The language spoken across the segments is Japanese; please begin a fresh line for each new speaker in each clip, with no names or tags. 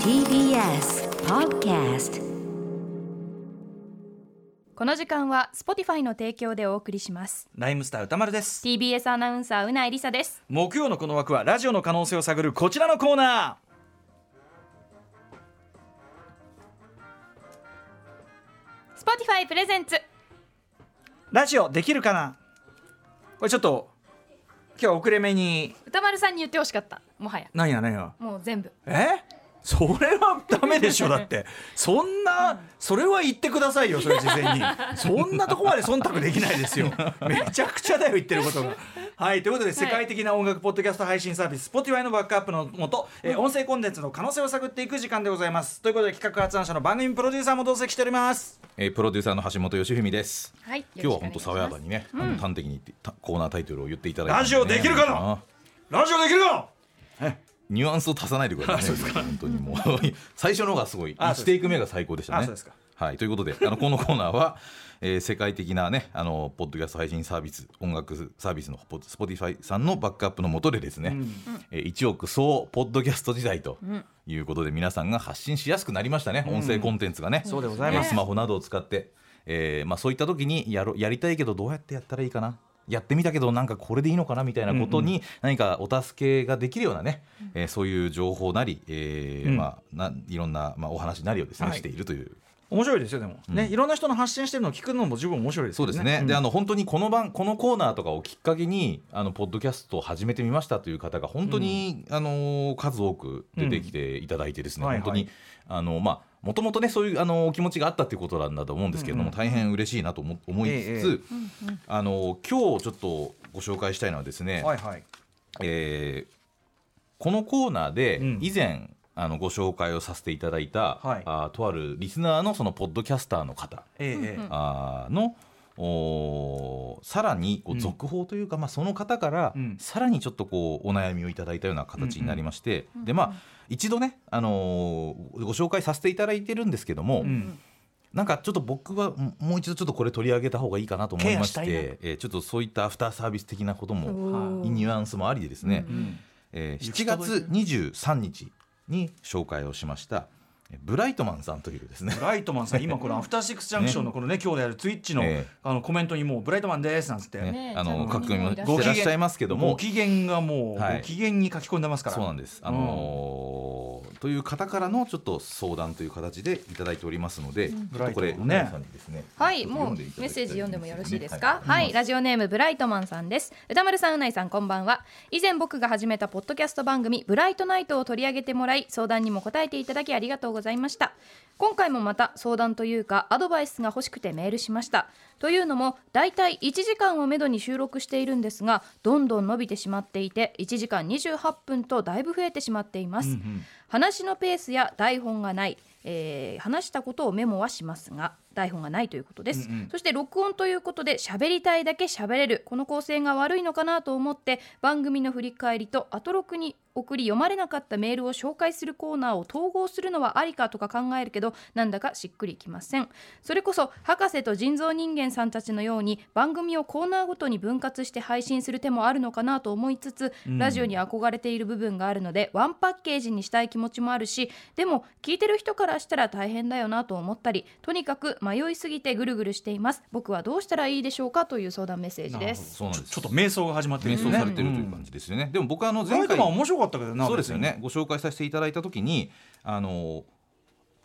TBS Podcast
この時間は Spotify の提供でお送りします
ライムスター歌丸です。
TBS アナウンサーうなえりさです
木曜のこの枠はラジオの可能性を探るこちらのコーナ
スポティファイプレゼンツ
ー。ラジオできるかな。これちょっと。今日は遅れ目に。
歌丸さんに言ってほしかったもはや
何や何や。
もう全部
え。それはダメでしょだってそんなそれは言ってくださいよそれ事前にそんなとこまで忖度できないですよめちゃくちゃだよ言ってることがはいということで世界的な音楽ポッドキャスト配信サービス Spotify のバックアップのもと、えー音声コンテンツの可能性を探っていく時間でございますということで企画発案者の番組プロデューサーも同席しております
えープロデューサーの橋本良文です。
はい
今日は本当爽やかにね、あの端的にってたコーナータイトルを言っていただいて、
ラジオできるかな
あ
ラジオできるか
ニュアンスを足さないでくださいね。本当にもう 最初の方がすごい
あ。そうです
していく目が最高でした
あ
ね。
そうですか
はいということで、あのこのコーナーは、えー世界的なねあのポッドキャスト配信サービス、音楽サービスのポスポティファイさんのバックアップのもとでですね、えー1億総ポッドキャスト時代ということで、皆さんが発信しやすくなりましたね。音声コンテンツがね。
そうでございます
えースマホなどを使って、えーまあ、そういった時にやろやりたいけどどうやってやったらいいかなやってみたけどなんかこれでいいのかなみたいなことに何かお助けができるようなね、えーそういう情報なり、えー
うん
まあ、ないろんな、まあ、お話なりをですね、
はい
しているという。
面白いですよでも、ねいろんな人の発信してるのを聞くのも十分面白いです
そ
よね
うですね、
ん
であの本当にこの番このコーナーとかをきっかけにあのポッドキャストを始めてみましたという方が本当に、あのー数多く出てきていただいてですね、
うんはいはい
本当にあのまあもともとねそういうあのお気持ちがあったということなんだと思うんですけれども、
うん
大変嬉しいなと思思いつつ、あの今日ちょっとご紹介したいのはですね、
はいはい
えーこのコーナーで
うん
以前、あのご紹介をさせていただいた、
はい
あーとあるリスナーのそのポッドキャスターの方、
ええええ
あーのおーさらにこ
うん
う続報というか、まあ、その方から
うん
さらにちょっとこうお悩みをいただいたような形になりまして、でまあ一度ね、あのーご紹介させていただいてるんですけども、
うん
なんかちょっと僕はんもう一度ちょっとこれ取り上げた方がいいかなと思いまし
ケアしたい
てえーちょっとそういったアフターサービス的なことも
おー
ニュアンスもありでですね、
うん
えー7月23日に紹介をしましたえーブライトマンさんというですね
ブライトマ ンさん今この「アフターシックスジャンクション」のこのね今日でやるツイッチの
ええ
あのコメントにもう「ブライトマンです」なんつって、
ね
ね
あ
ちゃん
の
と
書き込みも
ご機嫌
してらっしゃいますけど
ご
も
機嫌がもう
はい
ご機嫌に書き込んでますから
そうなんです、あのーという方からのちょっと相談という形でいただいておりますので、ちょっとこ
ブライ
れ、
トマンね
うなやさんにですね
はい
ちょっと
もうメ
んでいただ
ッ
きた
セ
い
ー
ん
ジ
で
読んでもよろしいですか
ね
はい、ラジオネームブライトマンさんです歌丸さんうないさんこんばんは以前僕が始めたポッドキャスト番組ブライトナイトを取り上げてもらい相談にも答えていただきありがとうございました今回もまた相談というかアドバイスが欲しくてメールしましたというのもだいたい1時間をめどに収録しているんですがどんどん伸びてしまっていて1時間28分とだいぶ増えてしまっています、話のペースや台本がない、えー話したことをメモはしますが台本がないということです、そして録音ということで喋りたいだけ喋れるこの構成が悪いのかなと思って番組の振り返りとアトロクに送り読まれなかったメールを紹介するコーナーを統合するのはありかとか考えるけどなんだかしっくりきませんそれこそ博士と人造人間さんたちのように番組をコーナーごとに分割して配信する手もあるのかなと思いつつ、ラジオに憧れている部分があるのでワンパッケージにしたい気持ちもあるしでも聞いてる人からしたら大変だよなと思ったりとにかく迷いすぎてぐるぐるしています僕はどうしたらいいでしょうかという相談メッセージです
そう
ち
なん
ょ
です
ちょっと瞑想が始まってる
瞑
んです
想
ね
されてるという感じですよね、でも僕はあの
ブラ
前
イト
回
マン面白かったけどな
そうですよねご紹介させていただいた時にあの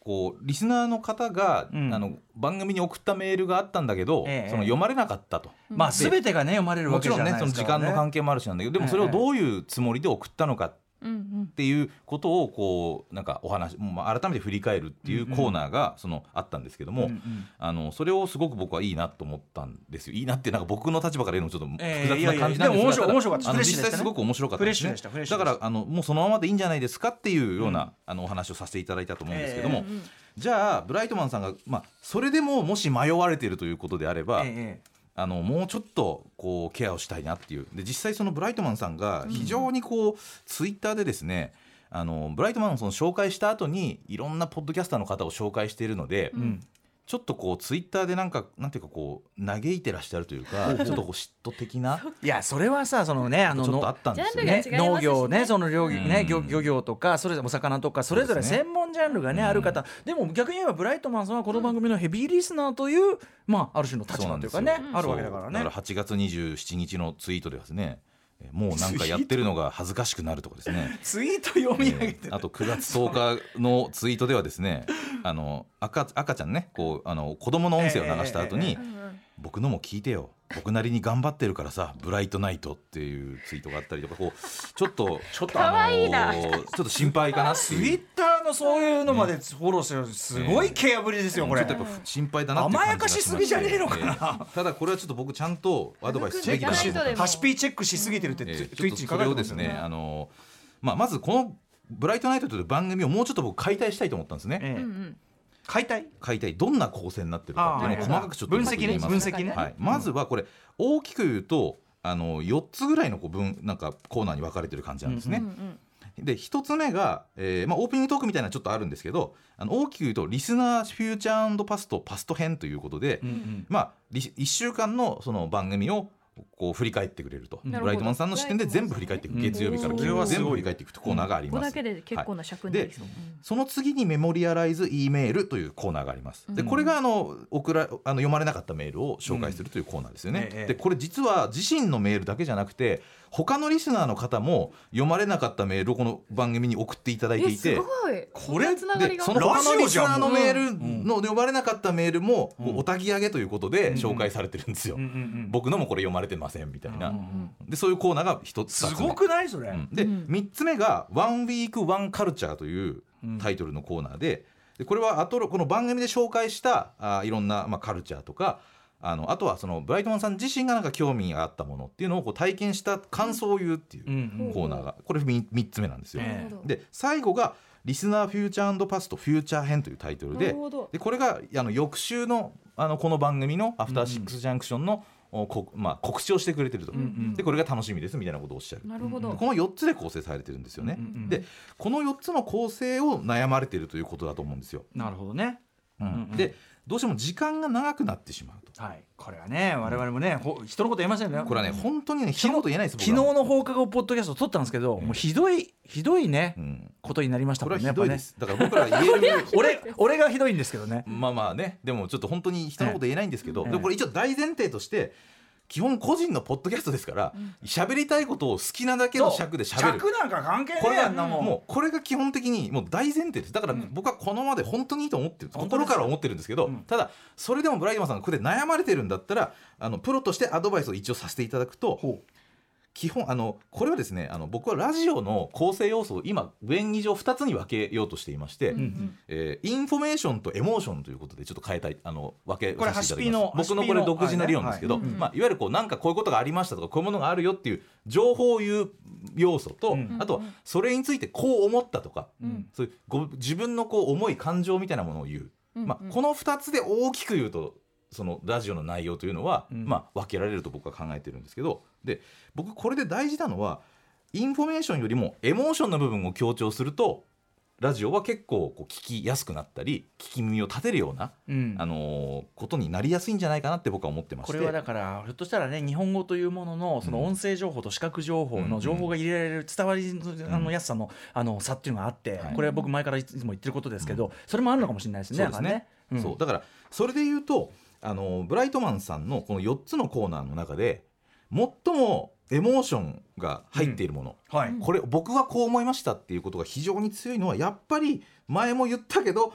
こうリスナーの方が、
うん
あの番組に送ったメールがあったんだけど、
ええ
その読まれなかったと。
別にまあ全てがね読まれるわ
も
けじ
ち
ゃ
ろん
ない
ね
です
その時間の関係もあるしなんだけどでもそれをどういうつもりで送ったのかっ
うんうん
ていうことをこうなんかお話、まあ、改めて振り返るっていうコーナーがそのあったんですけども、
うんうん
あのそれをすごく僕はいいなと思ったんですよいいなってなんか僕の立場から言うのもちょっと
ええ
複雑
いやい
な
や
感じなんです
でも面白
ただ
面白かった
あの
フレッ
実
シュでしたね
際すごく面白かったです
フレッシュ
ね
でしたフレッシュ
だ
でした
からあのもうそのままでいいんじゃないですかっていうような、あのお話をさせていただいたと思うんですけども、
うんうん
じゃあブライトマンさんが、まあ、それでももし迷われているということであれば、
えええ
あのもうちょっとこうケアをしたいなっていうで実際そのブライトマンさんが非常にこう、ツイッターでですねあのブライトマンをその紹介した後にいろんなポッドキャスターの方を紹介しているので、
ん
ちょっとこうツイッターでなんかなんていうかこう嘆いてらっしゃるというかちょっとこう嫉妬的な
い
ち
やそれはさそのねあ
ょ
の
っとあったんですよ
ね
ね。
ジャンルが違いますしね
農業ねその漁業ね
うん
漁漁業とかそれぞれお魚とかそれぞれ
そうですね
専門ジャンルがねある方でも逆に言えばブライトマンさんはこの番組のヘビーリスナーというまあある種の立
そうな
場
ん
とい
で
う
すよ
かねあるわけだから
そう
ね
だから8月27日のツイートではですねえーもうなんかやってるのが恥ずかしくなるとかで すね
ツイート読み上げて
えーあと9月10日のツイートではですねあの赤赤ちゃんねこうあの子供の音声を流した後に、僕のも聞いてよ僕なりに頑張ってるからさブライトナイトっていうツイートがあったりとかこうちょっとちょっと
かわいいな
あのーちょっと心配かなって
ツイ
いう
ッターのそういうのまでフォローするすごいケアぶりですよこ
ちょ
れ
っとやっぱ心配だなっていう感じ
甘
が
やかしすぎじゃねえのかな
しましてえーただこれはちょっと僕ちゃんとアドバイスすべきだなと
抜
思って
くんじゃないとでも
ハシピーチェックしすぎてるって
え
ツイ
ー
ツイッ
ちょ
チ
っと
に書
そ
か
れ
れ
を
てま
ですす
よ
ね、あのまあ、まずこの「ブライトナイト」という番組をもうちょっと僕解体したいと思ったんですね、
ええ
ん
解体
解体どんな構成になってるかっていうのを細かくちょっと
分
僕
析
言
ね
います
分析ね
はい、まずはこれ大きく言うとあの4つぐらいのこう分なんかコーナーに分かれてる感じなんですね。で1つ目が、えーまあ、オープニングトークみたいなのちょっとあるんですけどあの大きく言うと「リスナーフューチャーパストパスト編」ということで、
うんうん
まあ、1週間のその番組をこう振り返ってくれると、
うん
ブライトマンさんの視点で全部振り返っていく、
うん
月曜日から金
それ
曜
は
日
すごい
全部振り返っていくとコーナーがあり
ここ
ま
だ
す。
けで結構な尺にな
で
りそう、
その次にメモリアライズ E メールというコーナーがあります。で
うん
これがあの送らあの読まれなかったメールを紹介するというコーナーですよね。
うんええ
でこれ実は自身のメールだけじゃなくて他のリスナーの方も読まれなかったメールをこの番組に送っていただいていて。
ごい
これ
つながり
で
が
その他のリスナーのメー
ん
ルの呼ばれなかったメールもこう
うん
おたぎ上げということで
うん
紹介されてるんですよ
うんう。ん
僕のもこれ読まれてませんみたい
うんうんう
なんでそういうコーナーが一つ
すごくないそれ、
うんで3つ目が「ワンウィークワンカルチャーという
うん
タイトルのコーナーででこれはアトロこの番組で紹介したあーいろんな、まあ、カルチャーとかあのあとはそのブライトマンさん自身がなんか興味があったものっていうのをこう体験した感想を言うっていううんコーナーがこれ 3, つ目なんですよ。
ええ
で最後が「リスナーフューチャーパストフューチャー編」というタイトル
な
で
るほど
でこれがあの翌週のあのこの番組の「アフターシックスジャンクションの」おこまあ、告知をしてくれてると、
うんうん
でこれが楽しみですみたいなことをおっしゃる。
なるほど、
この4つで構成されてるんですよね。
うんうん
でこの4つの構成を悩まれてるということだと思うんですよ。
なるほどね
うん
うんうん
でどうしても時間が長くなってしまうと。
はいこれはね我々もね、ほ人のこと言えませんね
これはね本当にね人のこと言えないです
昨日
僕は
の放課後ポッドキャスト撮ったんですけど、もうひどいひどいね、
うん、
ことになりました
こ
も
れ
んね
はひどいです。だから僕ら言え る
やっぱね俺俺がひどいんですけどね
まあまあねでもちょっと本当に人のこと言えないんですけど、
ええ
でもこれ一応大前提として基本個人のポッドキャストですから喋、りたいことを好きなだけの尺で喋る。
尺なんか関係ね
これ
えや
は
んなもん
もうこれが基本的にもう大前提ですだから僕はこのままで本当にいいと思ってる
本当です
心から思ってるんですけど、
うん
ただそれでもブライトマンさんがここで悩まれてるんだったらあのプロとしてアドバイスを一応させていただくと
ほ
基本あのこれはですねあの僕はラジオの構成要素を今演技上2つに分けようとしていまして、
う、うん
えーインフォメーションとエモーションということでちょっと変えたいあの分け
これ
させていただきます
ハシピの
僕のこ
ハシピ
れ
の
独自の理論ですけど、
はいい
まあ、いわゆるこうなんかこういうことがありましたとかこういうものがあるよっていう情報を言う要素と、
うん
あとはそれについてこう思ったとか、
うん
そういうご自分のこう思い感情みたいなものを言う、まあ、この2つで大きく言うとそのラジオの内容というのは、
うん
まあ、分けられると僕は考えてるんですけどで僕これで大事なのはインフォメーションよりもエモーションの部分を強調するとラジオは結構こう聞きやすくなったり聞き耳を立てるような、
うん
あのーことになりやすいんじゃないかなって僕は思ってまし
こ
て
れはだからひょっとしたらね日本語というもののその音声情報と視覚情報の情報が入れられる伝わりのあの安さのあの差っていうのがあって
はい
これは僕前からいつも言ってることですけどそれもあるのかもしれないですね。
そうですね
なんか
そ
ね
うだからそれで言うとあのブライトマンさんのこの4つのコーナーの中で最もエモーションが入っているもの、
うんはい
これ僕はこう思いましたっていうことが非常に強いのはやっぱり前も言ったけど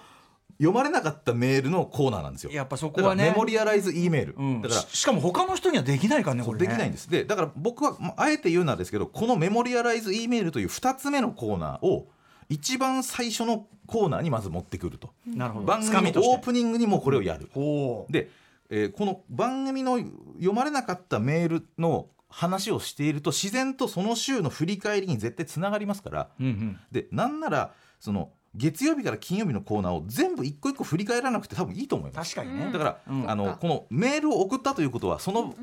読まれなかったメールのコーナーなんですよ。
やっぱそこ
だか
は
ら
ね
メモリアライズ E メール、
うん
だから
ししかも他の人にはできないからねこれね
できないん
で
ですでだから僕は、まああえて言うならですけどこのメモリアライズ E メールという2つ目のコーナーを一番最初のコーナーにまず持ってくると
なるほど
番
つかみ
組
とし
のオー
て
プニングにもこれをやる、
ほう
で、えーこの番組の読まれなかったメールの話をしていると自然とその週の振り返りに絶対つながりますから
うんうん
でなんならその月曜日から金曜日のコーナーを全部一個一個振り返らなくて多分いいと思います。
確かにね
だから、
うん
あのこのメールを送ったということはその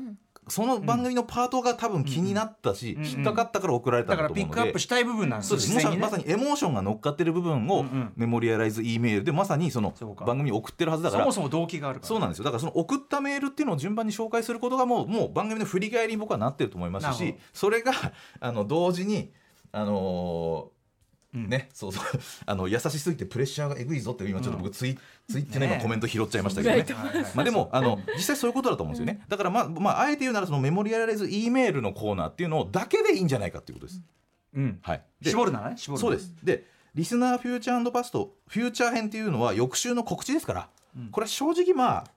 その番組のパートが多分気になったし、
うん
引っかかったから送られ
だ
たん
か
だ
ら
と
ピ
思う
ックア
の
ッ
で
プ。したい部分なんです
そう
よ
です
実際にね
まさにエモーションが乗っかってる部分を
うんうん
メモリアライズ E メールでまさにその
そうか
番組に送ってるはずだか
そ
ら
もそも動機があるから
そうなんですよだからその送ったメールっていうのを順番に紹介することがもうもう番組の振り返りに僕はなってると思いま
な
す
るほど
しそれが あの同時にあのー
うん
ね、そうそう あの優しすぎてプレッシャーがえぐいぞって今ちょっと僕ツイ,、ツイッターの
ね
今コメント拾っちゃいましたけどね
はいはいはい
まあで もあの実際そういうことだと思うんですよねだからまあ、まあ、あえて言うならそのメモリアライズ E メールのコーナーっていうのだけでいいんじゃないかっていうことです、
うん
はいで
絞るならね絞るな
そう
ら
ですでリスナーフューチャーパストフューチャー編っていうのは翌週の告知ですから、
うん
これは正直まあ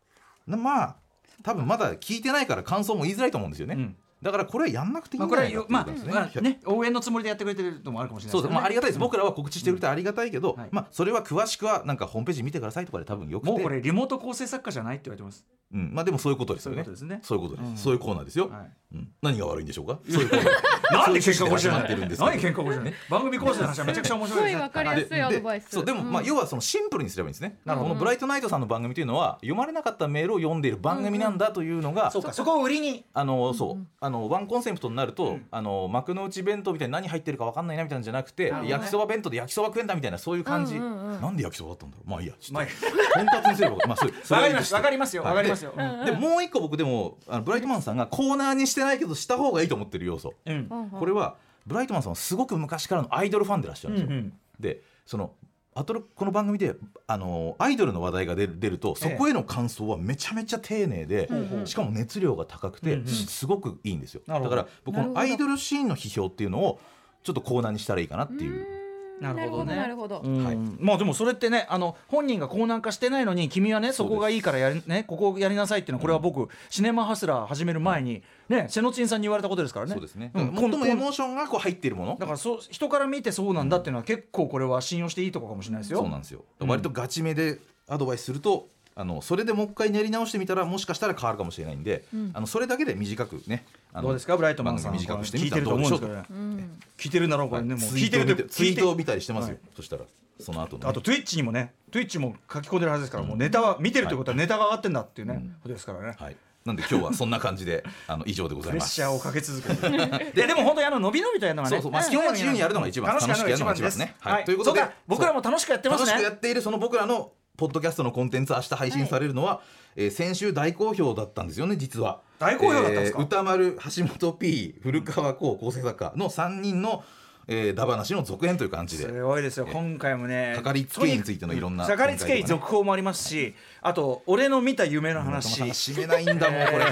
なまあ多分まだ聞いてないから感想も言いづらいと思うんですよね、
うん
だからこれはやんなくていい
まあ
ん
こ
じゃ
れ
な
はい
か
よま
っていう
あ
ことですね
まあね応援のつもりでやってくれてるのもあるかもしれない
そう
ですけど
ですまあ、
ね
ありがたいです、僕らは告知してくれてありがたいけど、
はい
まあ、それは詳しくはなんかホームページ見てくださいとかで多分よくて
もうこれリモート構成作家じゃないって言われてます
うんまあ、でもそういうことです
そう
よ
いうこ
ね
とですね
そういうことです、
うん
そういうコーナーですよ、
はい
うん何が悪いんでしょうかそういうコーナー
なんで喧嘩腰じゃ
そういう趣旨で始まってるんですけど
何喧嘩腰じゃない番組構成の話はめちゃくちゃ面
す
白
ごい
いですね
わかりやすいアドバイス
そうでも、まあ要はそのシンプルにすればいいんですね。このブライトナイトさんの番組というのは読まれなかったメールを読んでいる番組なんだというのが、
そうかそこを売りに
あのそう、あのワンコンセプトになると、あの幕の内弁当みたいに何入ってるかわかんないなみたいなんじゃなく
な
て、
るほどね
焼きそば弁当で焼きそば食えんだみたいなそういう感じ、
うんうんうん
なんで焼きそばだったんだろうまあいいやちょっ
まあ
ととんかつにすればまあそれそれ
わかり
はいい
ま
と
す
し
わ
て
かりますよわかりますようん
でもう一個僕でもあのブライトマンさんがコーナーにしてないけどした方がいいと思ってる要素、
うん
これはブライトマンさんはすごく昔からのアイドルファンでいらっしゃるんですよ。
うん
でそのアトロこの番組であのアイドルの話題が出る出るとそこへの感想はめちゃめちゃ丁寧で、
うん
しかも熱量が高くて、
うんうん
すごくいいんですよ
な
だ
るほ
か
ど
ら僕このアイドルシーンの批評っていうのをちょっとコーナーにしたらいいかなっていう
なるほどね
なるほどなるほど
うん
はい
まあでもそれってねあの本人がコーナー化してないのに君はね
そ
そ
うです
こがいいからやり、ね、ここをやりなさいっていうのはこれは僕、シネマハスラー始める前に、ね、瀬野珍さんに言われたことですからね
そうですね、
うん
だから最もエモーションがこう入っているもの
だからそう人から見てそうなんだっていうのは結構これは信用していいとこかもしれないですよ。
そうなんですよ、
うん
割とガチめでアドバイスするとあのそれでもう一回練り直してみたらもしかしたら変わるかもしれないんで、あのそれだけで短くねあ
ど
の
うですかブライトマンさん
番組短くしてみ
聞い
た
て
ら
る
ど
と
うで
思うんですけ
しょうと
どね
うん
聞いてるんだろうこれねもう
ツイ
聞いてる
ートを見
って
てツイートを見
た
たりしてます
は
よ、
い
そしたらその後ね
あと Twitch にもね Twitch も書き込んでるはずですからもうネタは見てるってことはネタが上がってんだっていうねことですからね。
はいなんで今日はそんな感じで あの以上でござ
プレ
い
ッ
ます
シャーをかけ続けるででも本当にあの伸び伸びとやるのがね
そうそうまあ基本は自由にやるのが一番楽しくやるのが一番ですね
は
はいい
と
と
い
いうう
こ
ことと
でそ
で
うか僕らも楽しくやってま
楽
す
しくや
ね
っているその僕らのポッドキャストのコンテンツ明日配信されるのは、えー先週大好評だったんですよね実は
大好評だったんですか
えー歌丸橋本 P 古川光構成作家の3人の、えー、ダバなしの続編という感じです
ごいですよ今回もね
かかりつけ医についてのいろんな
かかりつけ医
展開とか
続報もありますしあと俺の見た夢の
ね
話
またまた締めないんだもんこれ、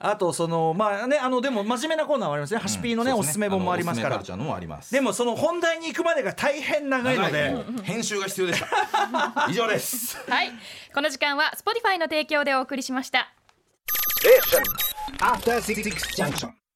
あとそのまあねあのでも真面目なコーナーもありますねハシ ピーのね
そう
お
で
す
す
すめ本もありますか
お
ら
すすめカルチャーのもあります
でもその本題に行くまでが大変長いの
長い
で
もう編集が必要でした以上です
はいこの時間は Spotify の提供でお送りしました
After Six Junction.